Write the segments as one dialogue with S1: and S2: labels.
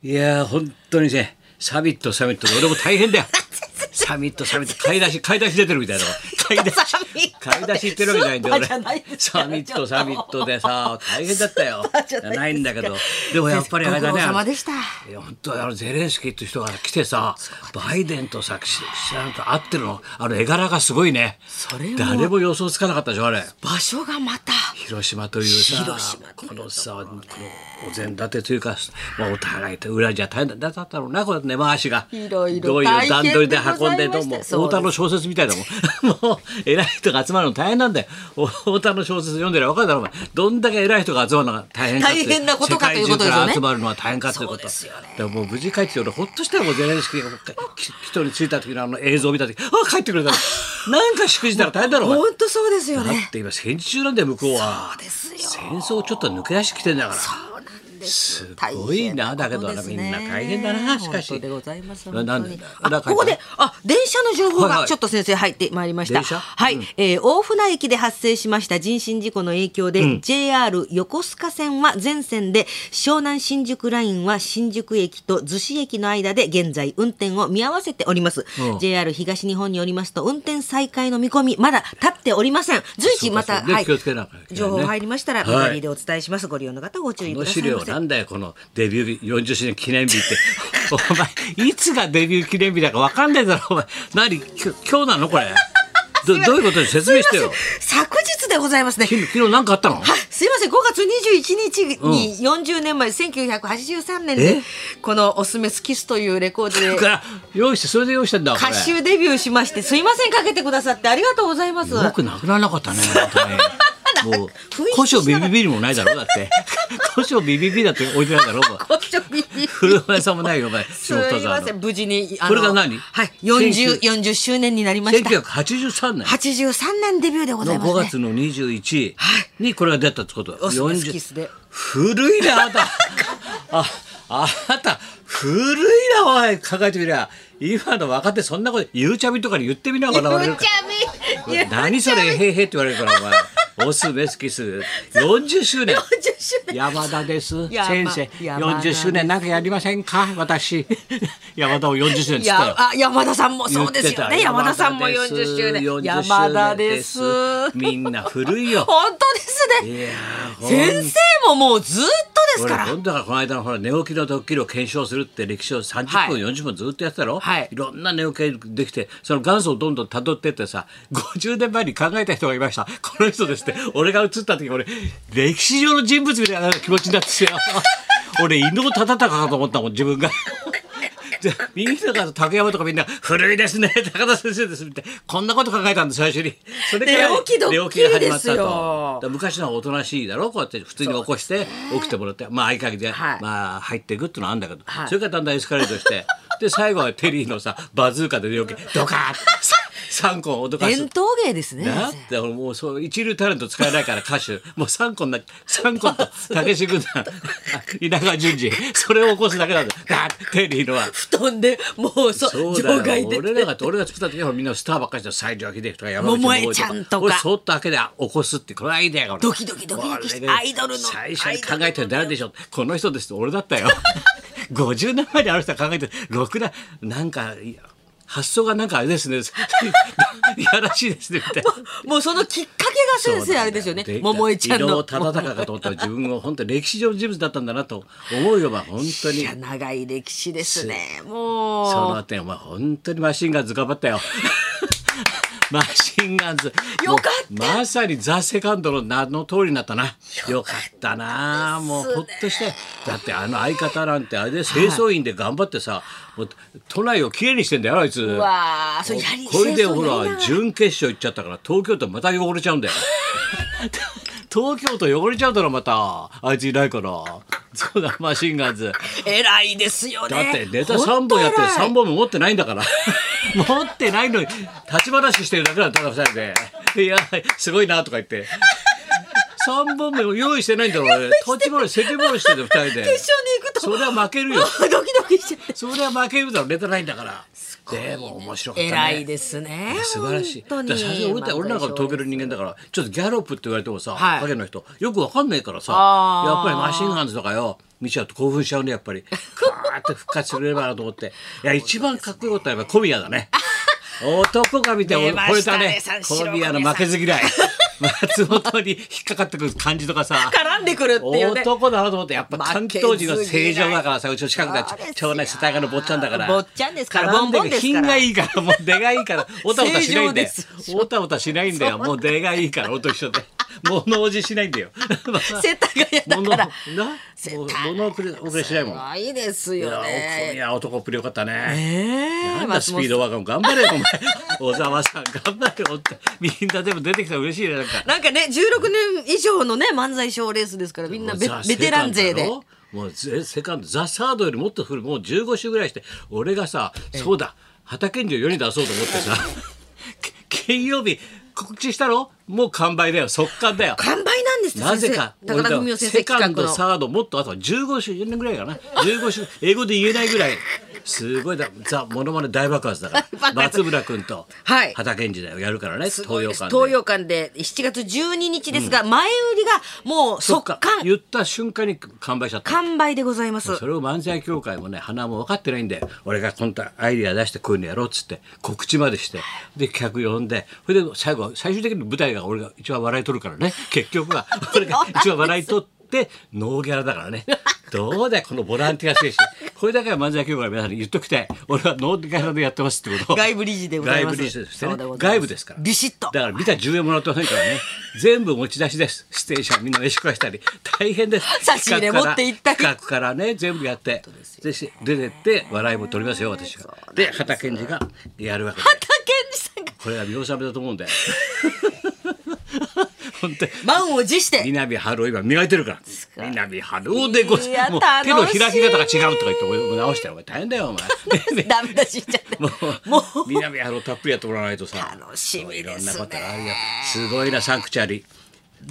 S1: いやー本当にねサミットサミットで俺も大変だ よサミットサミット買い出し買い出し出てるみたいな買い出し
S2: サミット
S1: 買い出し行ってるわけじゃないんだよ
S2: スーパーじゃないで
S1: 俺
S2: すから
S1: サミットサミットでさ大変だったよ
S2: スーパーじゃないですから
S1: ないんだけどでもやっぱりあれだ
S2: ご
S1: ね
S2: 苦労様でした
S1: いや本当あのゼレンスキーって人が来てさバイデンとさ岸岸田なんか会ってるのあの絵柄がすごいね
S2: それも
S1: 誰も予想つかなかったでしょあれ
S2: 場所がまた
S1: 広島というさ
S2: 広島というとこ
S1: こ
S2: ろね
S1: のさこのお膳立てというか、まあ、お互いと裏じゃ大変だったろうなこれ根回しが
S2: いろいろ
S1: どういう段取りで運んで
S2: 大変でござ
S1: どうも
S2: いましたそうです
S1: 太田の小説みたいだもんもう 偉い人が集まるの大変なんだよお太田の小説読んでりゃ分かるだろお前どんだけ偉い人が集まるのが大変かって
S2: 大変なことかということで
S1: 世界
S2: すよね
S1: 中から集まるのは大変かということ
S2: そうですよね
S1: でももう無事帰ってきて俺ほっとしたよもうゼレンスキーがきき人に着いた時のあの映像を見た時あ帰ってくれた なんかしくじったら大変だろお前
S2: 本当そうですよ
S1: だっ
S2: ね
S1: て今戦時中なんだよ向こうは
S2: そうですよ
S1: 戦争ちょっと抜け出してきてんだから
S2: そうなんです
S1: すごいなだけどなみんな大変だなしかし
S2: 本当でございます
S1: な
S2: 本
S1: な
S2: 当
S1: ん
S2: に
S1: な
S2: あ
S1: んか
S2: ここであ電車の情報
S1: はいは
S2: が
S1: い
S2: ちょっと先生入ってまいりました、
S1: 電車
S2: はい、えー大船駅で発生しました人身事故の影響で、JR 横須賀線は全線で湘南新宿ラインは新宿駅と逗子駅の間で現在運転を見合わせております、
S1: うん
S2: JR 東日本によりますと運転再開の見込みまだ立っておりません随時ま
S1: そ
S2: た、
S1: うかそうかね
S2: はい
S1: 気をつけなきゃいけないね
S2: 情報入りました
S1: は
S2: ら
S1: い
S2: 左でお伝えします、ご利用の方ご注意
S1: この
S2: くださ
S1: 資
S2: いま
S1: 料
S2: せ
S1: なんだよこのデビュー日40周年記念日ってお前いつがデビュー記念日だかわかんないだろお前何きょ今日なのこれ どどういうことに説明してよ
S2: 昨日でございますね。
S1: 昨日昨日何かあったの
S2: はい、すいません、5月21日に40年前、1983
S1: え
S2: 年で、このおすすめスキスというレコードで、
S1: から用意してそれで用意してんだこれ
S2: 歌手デビューしまして、すいません、かけてくださってありがとうございます。
S1: よくなくならなかったね。本当ねもう
S2: 不意、
S1: 胡椒
S2: 識しな
S1: ビ
S2: がら
S1: ビビリもないだろ、だって。胡椒ビビビだって置いてないだろ、お前
S2: こっちはビビ
S1: 古本屋さんもないよ、お前。
S2: す
S1: 仕事
S2: い
S1: だ
S2: ま
S1: の
S2: せん、無事に。あの
S1: これが何
S2: はい、40、40周年になりました。
S1: 1983年
S2: 83年デビューでござい
S1: の
S2: ます、ね。
S1: 5月の21にこれが出たってこと。
S2: おすすめスキ
S1: 40
S2: スで。
S1: 古いな、あなた。あ、あなた、古いな、おい。考えてみりゃ。今の若手そんなこと、ゆうちゃみとかに言ってみながら
S2: ゆうちゃみゆうちゃみ
S1: 何それ、へいへいって言われるから、お前。オスメスキス、40周年。
S2: 40周年。
S1: 山田です
S2: 山
S1: 先生
S2: 山田で
S1: 40
S2: す
S1: 周年なんかやりませんか 私山田を40周年っ
S2: い
S1: つったよ
S2: やあ山田さんもそうです
S1: 言
S2: よ
S1: ってた
S2: ね山田さんも40周年山田です
S1: みんな古い よ
S2: 本当です
S1: い
S2: ね
S1: やー
S2: 先生ももうずっとです
S1: 俺
S2: から
S1: 本当だからこの間のほら寝起きのドッキリを検証するって歴史を30分、
S2: はい
S1: 40分ずっとやってたろ、
S2: はい
S1: ろんな寝起きできてその元祖をどんどん辿ってってさ50年前に考えた人がいましたこの人ですって俺が映った時俺歴史上の人物みたいな気持ちになって さ俺伊能忠敬かと思ったもん自分が。じゃあみんなが竹山とかみんな「古いですね高田先生です」みたいなこんなこと考えたんです最初にそれから
S2: 寝起きドッキリ
S1: 寝起きが始まったと
S2: ですよ
S1: だから昔のはおとなしいだろこうやって普通に起こして起きてもらって、まあ合鍵で、
S2: はい
S1: まあ入っていくっていうのはあるんだけど、
S2: はい
S1: それからだんだんエスカレートしてで最後はテリーのさバズーカで寝起きドカ ーッ3個を脅かす
S2: 伝。統芸ですね
S1: だって俺もうそう一流タレント使えないから歌手もう3個になっ3個と武志軍団稲川淳二それを起こすだけなんだよだってテリーのは
S2: 布団でもうそ
S1: そう
S2: 場
S1: だ
S2: 外
S1: よ
S2: で
S1: 俺らが俺が作った時はみんなスターばっかりで西城秀樹とか山口
S2: 桃江ちゃんとか
S1: 俺そっと開けで起こすってこのアイデアが俺
S2: ドキドキドキドキして
S1: これね
S2: アイドルの
S1: 最初に考えてるの誰でしょうこの人ですって俺だったよ 50年前にあの人が考えてるろくななんかいや発想がなんかあれですね いやらしいですねみたいな。
S2: もうそのきっかけが先生あれですよね桃江ちゃん
S1: 伊
S2: の
S1: 能忠敬かと思ったら自分を本当に歴史上の人物だったんだなと思うよまあ本当
S2: い
S1: に
S2: や長い歴史ですね
S1: そ
S2: もう
S1: の点お前本当にマシンガンズ頑張 ったよマシンガンズ
S2: よか
S1: ったまさにザ・セカンドの名の通りになったなよかったなもうほっとしてだってあの相方なんてあれで清掃員で頑張ってさ、もう都内をきれいにしてんだよあいつ
S2: うわあそれやり
S1: これでほ
S2: 戦争やりな
S1: ら準決勝行っちゃったから東京都また汚れちゃうん だよ東京都汚れちゃうだろまたあいついないからそうだマシンガンズ
S2: 偉いですよ
S1: だ
S2: ね
S1: ってネタ3本やって
S2: 本当偉い
S1: 3本も持ってないんだから 持ってないのに立ち話してるだけなんだから2人でいやすごいなとか言って3本目も用意してないんだろ俺 立ち話せて話してる2人で
S2: 決勝に行くと
S1: それは負ける よ
S2: ドキドキしちゃって
S1: それは負けるだろネタないんだからでも面白かったね
S2: 偉いですね
S1: 素晴らしい。だ
S2: 本
S1: から
S2: 当に
S1: 最初俺た俺なんかも東京の人間だからちょっとギャロップって言われてもさ、
S2: はい
S1: 影の人よくわかんないからさや
S2: あー
S1: っぱりマシンガンズとかよ見ちゃうと興奮しちゃうねやっ ぱりガーって復活すればなと思っていや一番かっこよかったのはやっぱ小宮だ ね男が見て
S2: 出
S1: 俺
S2: ま
S1: 惚れ
S2: した
S1: た
S2: ね
S1: ね
S2: 三四郎
S1: 小宮の負けず嫌い 松本に引っかかってくる感じとかさ
S2: 絡んでくるっていうね
S1: 男だなと思ってやっぱ関東人の正常だからさ
S2: 負
S1: う
S2: け
S1: ち
S2: ず
S1: の
S2: 嫌
S1: 近
S2: い
S1: くだ
S2: そうですよ
S1: 町内世田谷の坊っちゃんだから
S2: 坊っちゃんですからボンボンですから
S1: 品がいいからもう出がいいからおたおたしないんだよ
S2: 正常です
S1: おたおたしないんだよもう出がいいから俺と一緒で物おじしないんだよ
S2: 世田谷だから
S1: 物な物遅れ遅れしないもん
S2: あいいです
S1: いや
S2: よ
S1: ーい
S2: ね
S1: や男っぷりよかったね
S2: え
S1: な
S2: え
S1: んだスピードワゴン頑張れよお前小沢さん頑張れよってみんなでも出てきたら嬉しいねなんか
S2: なんかね16年以上のね漫才賞レースですからみんなベ
S1: もうザ
S2: ベテラン
S1: セ
S2: 勢
S1: カンド
S2: で
S1: だろもうゼセカンドザ・サードよりもっと古いもう15周ぐらいして俺がさそうだ畑健二を世に出そうと思って さき金曜日告知したろもう完売だよ速乾だよ
S2: 完売なんですって
S1: なぜ
S2: 先生
S1: か
S2: 高田文雄先生
S1: セカン
S2: 企画
S1: ド
S2: の
S1: サードもっとあとは15週4年ぐらいかな15週 英語で言えないぐらいすごいだザモノマネ大爆発だか
S2: 大爆
S1: ら
S2: 発
S1: 松村君と
S2: はい
S1: 畑健二だよやるからね東洋館で
S2: 東洋館で7月12日ですが、前売りがもう
S1: そっ
S2: 速
S1: か
S2: 乾
S1: 言った瞬間に完売しちゃった
S2: 完売でございます
S1: それを漫才協会もね花も分かってないんだよ俺がこんなアイディア出してこういうのやろうっつって告知までしてで客呼んでそれで最後最終的に舞台が俺が一番笑い取るから ね結局は俺が一番笑い取ってノーギャラだからねどうだよこのボランティア精神これだけは漫才協会の皆さんに言っときたい俺はノーギャラでやってますってことを
S2: 外部理事でございま
S1: 外
S2: す
S1: 部理事としてね
S2: そうでございます
S1: 外部ですから
S2: ビシッと
S1: だから見た10円もらってませんからね全部持ち出しですステーションみんな飯食わしたり大変です
S2: 差し入れ持って行ったり
S1: 企画からね全部やってでし出てって笑いも取りますよ私がで畑健二がやるわけで
S2: 畑健二さんが
S1: これは見納めだと思うんだよ本当に
S2: 満を持して
S1: 南春夫今磨いてるから
S2: か
S1: 南春夫でござ
S2: いや
S1: もう手の
S2: 楽しみ
S1: 開き方が違うとか言って俺も直したよお前大変だよお 前
S2: ダメ出ししちゃって
S1: も
S2: もう
S1: う南春夫たっぷりやってもらわないとさ
S2: 楽しみ
S1: いろ
S2: で
S1: んな
S2: す
S1: こと
S2: ね
S1: あるよすごいなサンクチャリ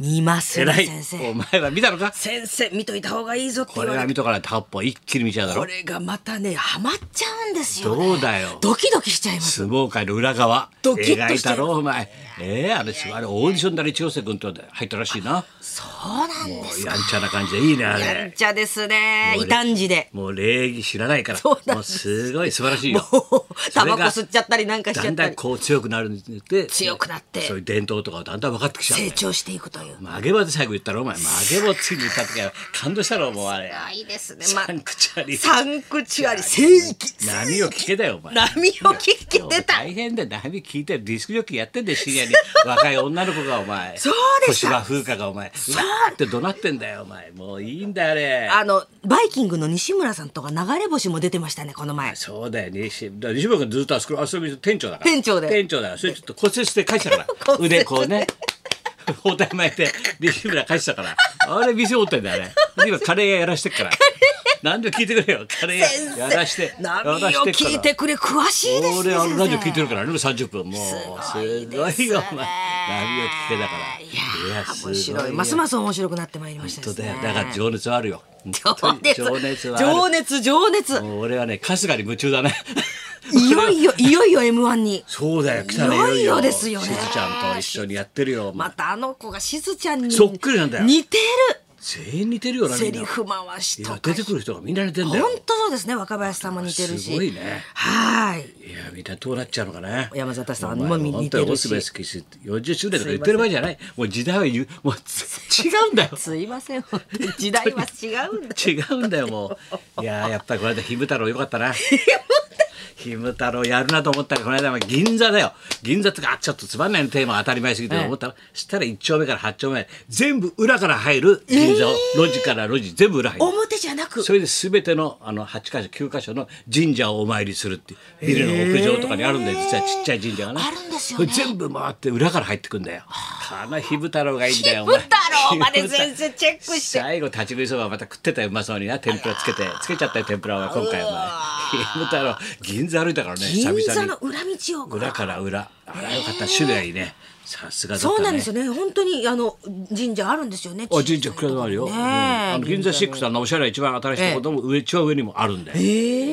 S2: 見ますね
S1: 偉い
S2: 先
S1: お
S2: 生
S1: 前は見たのか
S2: 先生見といた方がいいぞって
S1: こ
S2: 言
S1: れ
S2: わ
S1: は
S2: れ
S1: 見
S2: て
S1: とかないと八本一気に見ちゃうだろ
S2: これがまたねハマっちゃうんですよね
S1: どうだよ
S2: ドキドキしちゃいます
S1: 相撲界の裏側
S2: ドキッ
S1: 描
S2: と
S1: い
S2: してる
S1: たろお前ええあれすごいあれオーディションだね一ノ瀬君と入ったらしいな
S2: そうなんで
S1: もうやんちゃな感じでいいねあ
S2: すやん
S1: れ
S2: ちゃですね異端児で
S1: もう礼儀知らないから
S2: そうなん
S1: もう
S2: です
S1: すごい素晴らしいよ
S2: もう
S1: そ
S2: タ
S1: れ
S2: バ
S1: が
S2: コ吸っちゃったりなんかしち
S1: だ
S2: ゃ
S1: ん
S2: っ
S1: だ
S2: た
S1: ん
S2: り
S1: こう強くなるにつれて
S2: 強くなって
S1: そういう伝統とかをだんだん分かってきちゃう
S2: 成長していくという
S1: 曲げ棒で最後言ったろお前曲げ棒ついに言った時は感動したろもうあれ
S2: あいいですねま
S1: サンクチャリ
S2: サンクチュアリ聖域
S1: 波を聞けだよお前
S2: 波を聞き出た
S1: 大変だよ波聞いてディスクジョッキーやってんだよ深夜に若い女の子がお前
S2: そうでし
S1: 小芝
S2: た
S1: 風花がお前うわーって怒鳴ってんだよお前もういいんだよあれ
S2: あのバイキングの西村さんとか流れ星も出てましたねこの前
S1: そうだよ西だから西村君ずっとあそこあそこ店長だから
S2: 店長で
S1: 店長だからそれちょっと骨折して返したから
S2: 骨折
S1: 腕こうね 包帯巻いて西村返したからあれ店折ってんだよね今カレー屋やらしてっから何でも聞いてくれよカレー屋やらしてや
S2: 波
S1: らし
S2: を
S1: っから
S2: 聞いてくれ詳しいですね
S1: 俺あのラジオ聞いて
S2: る
S1: るからね30分もうすごいよお前ラジオ聞けだからいや
S2: 面
S1: すご
S2: 白い
S1: よ
S2: ますます面白くなってまいりました
S1: 本当
S2: です
S1: だ
S2: ね
S1: よだから情熱はあるよ
S2: 情熱
S1: 情熱はある
S2: 情熱情熱
S1: もう俺はね春日に夢中だね
S2: いよいよいよいよ M1 に
S1: そうだよ来たら
S2: い
S1: い
S2: よいよ
S1: よいよ
S2: ですよね
S1: しずちゃんと一緒にやってるよお前
S2: またあの子がしずちゃんに
S1: そっくりなんだよ
S2: 似てる
S1: 全員似てるよなみ
S2: セ
S1: ん
S2: リ
S1: な
S2: フ回しと
S1: 今
S2: か
S1: 出てくる人がみんな似てんだよ
S2: 本当そうですね若林さんも似てるし
S1: すごいね
S2: はーい
S1: いやみんなどうなっちゃうのかね
S2: 山里さん
S1: お前
S2: も似てる
S1: 本
S2: し
S1: 当にオスベスキス40周年とか言ってる場合じゃないもう時代は言う もうつ違うんだよ
S2: すいません本当に 時代は違うんだ
S1: 違うんだよもういやーやっぱりこの間ひむ太郎よかったなひむ太郎やるなと思ったらこの間は銀座だよ銀座とかあちょっとつまんないのテーマが当たり前すぎて思ったら、そしたら1丁目から8丁目全部裏から入る銀座を、路地から路地全部裏入る
S2: 表じゃなく
S1: それで全てのあの8箇所9箇所の神社をお参りするっていうビルの屋上とかにあるんだよ、実はちっちゃい神社がね
S2: あるんですよね
S1: これ全部回って裏から入ってくんだよこのひぶ太郎がいいんだよお
S2: ぶ
S1: 前
S2: 太郎まで全然チェックして
S1: 最後立ち食いそばまた食ってたようまそうにな天ぷらつけてつけちゃったよ天ぷらは 今回はお前ひぶ太郎銀座歩いたからね
S2: 銀
S1: 久
S2: 座
S1: 々に
S2: の裏道を
S1: 裏から裏あらよかった種類ねさすがだったね
S2: そうなんですよね。本当にあの神社あるんですよね。
S1: あ神社くらいあるよ、
S2: ね
S1: う
S2: え
S1: んあの銀座シックスあのおしゃれな一番新しいとこでも上、一番上にもあるんで、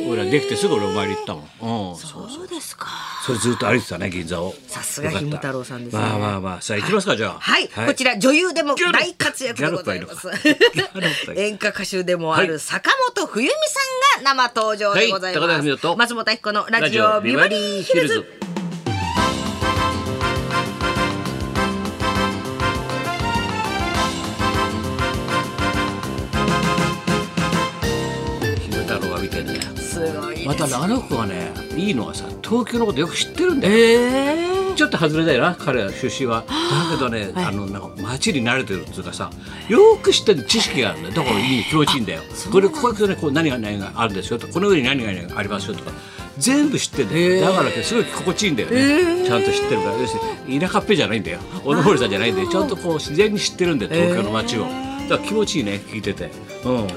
S1: 俺らできてすぐ俺お参り行ったもん、うん、そう
S2: そうですか。
S1: それずっと歩いてたね銀座を
S2: さすが
S1: よかった
S2: ひむ太郎さんですね
S1: まあまあまあさあ行きますか、じゃあ
S2: はい、こちら女優でも大活躍でございま
S1: ギ
S2: す
S1: ャロップギャロップ。
S2: 演歌歌手でもある坂本冬美さんが生登場でござい
S1: はい高
S2: ま
S1: 田文夫
S2: す。
S1: と
S2: 松本彦のラジオビバリーヒルズ。
S1: ひむ太郎が見てんね
S2: すごい
S1: ま
S2: で
S1: た
S2: す。
S1: あの子はねいいのはさ東京のことよく知ってるんだよ
S2: ええ。
S1: ちょっと外れだよな彼ら出身はだけどね、あのなんか街に慣れてるっていうかさよく知ってる知識があるんだよだからいい気持ちいいんだよこれここ行くとねこう何が何があるんですよとかこの上に何が何がありますよとか全部知ってんだよだからねすごい心地いいんだよね、ちゃんと知ってるから要するに田舎っぺじゃないんだよ小野堀さんじゃないんだよちゃんとこう自然に知ってるんだよ東京の街を、だから気持ちいいね聞いてて、うん、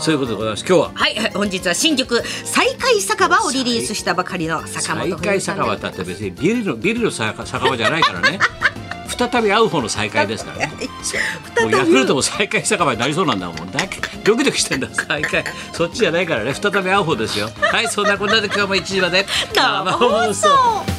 S1: そういうことでございます今日は
S2: はい、本日は新曲再会酒場をリリースしたばかりの坂
S1: 再
S2: 本冬美
S1: 会
S2: さん
S1: 酒
S2: でござ
S1: 場
S2: います
S1: だって別にビリのビリの酒酒場じゃないから ね再び会う方の再会ですからねもうヤクルトも再会酒場になりそうなんだもんだけドキドキしてんだ再会そっちじゃないからね再び会う方ですよはいそんなこんなで今日も1時まで
S2: 生放送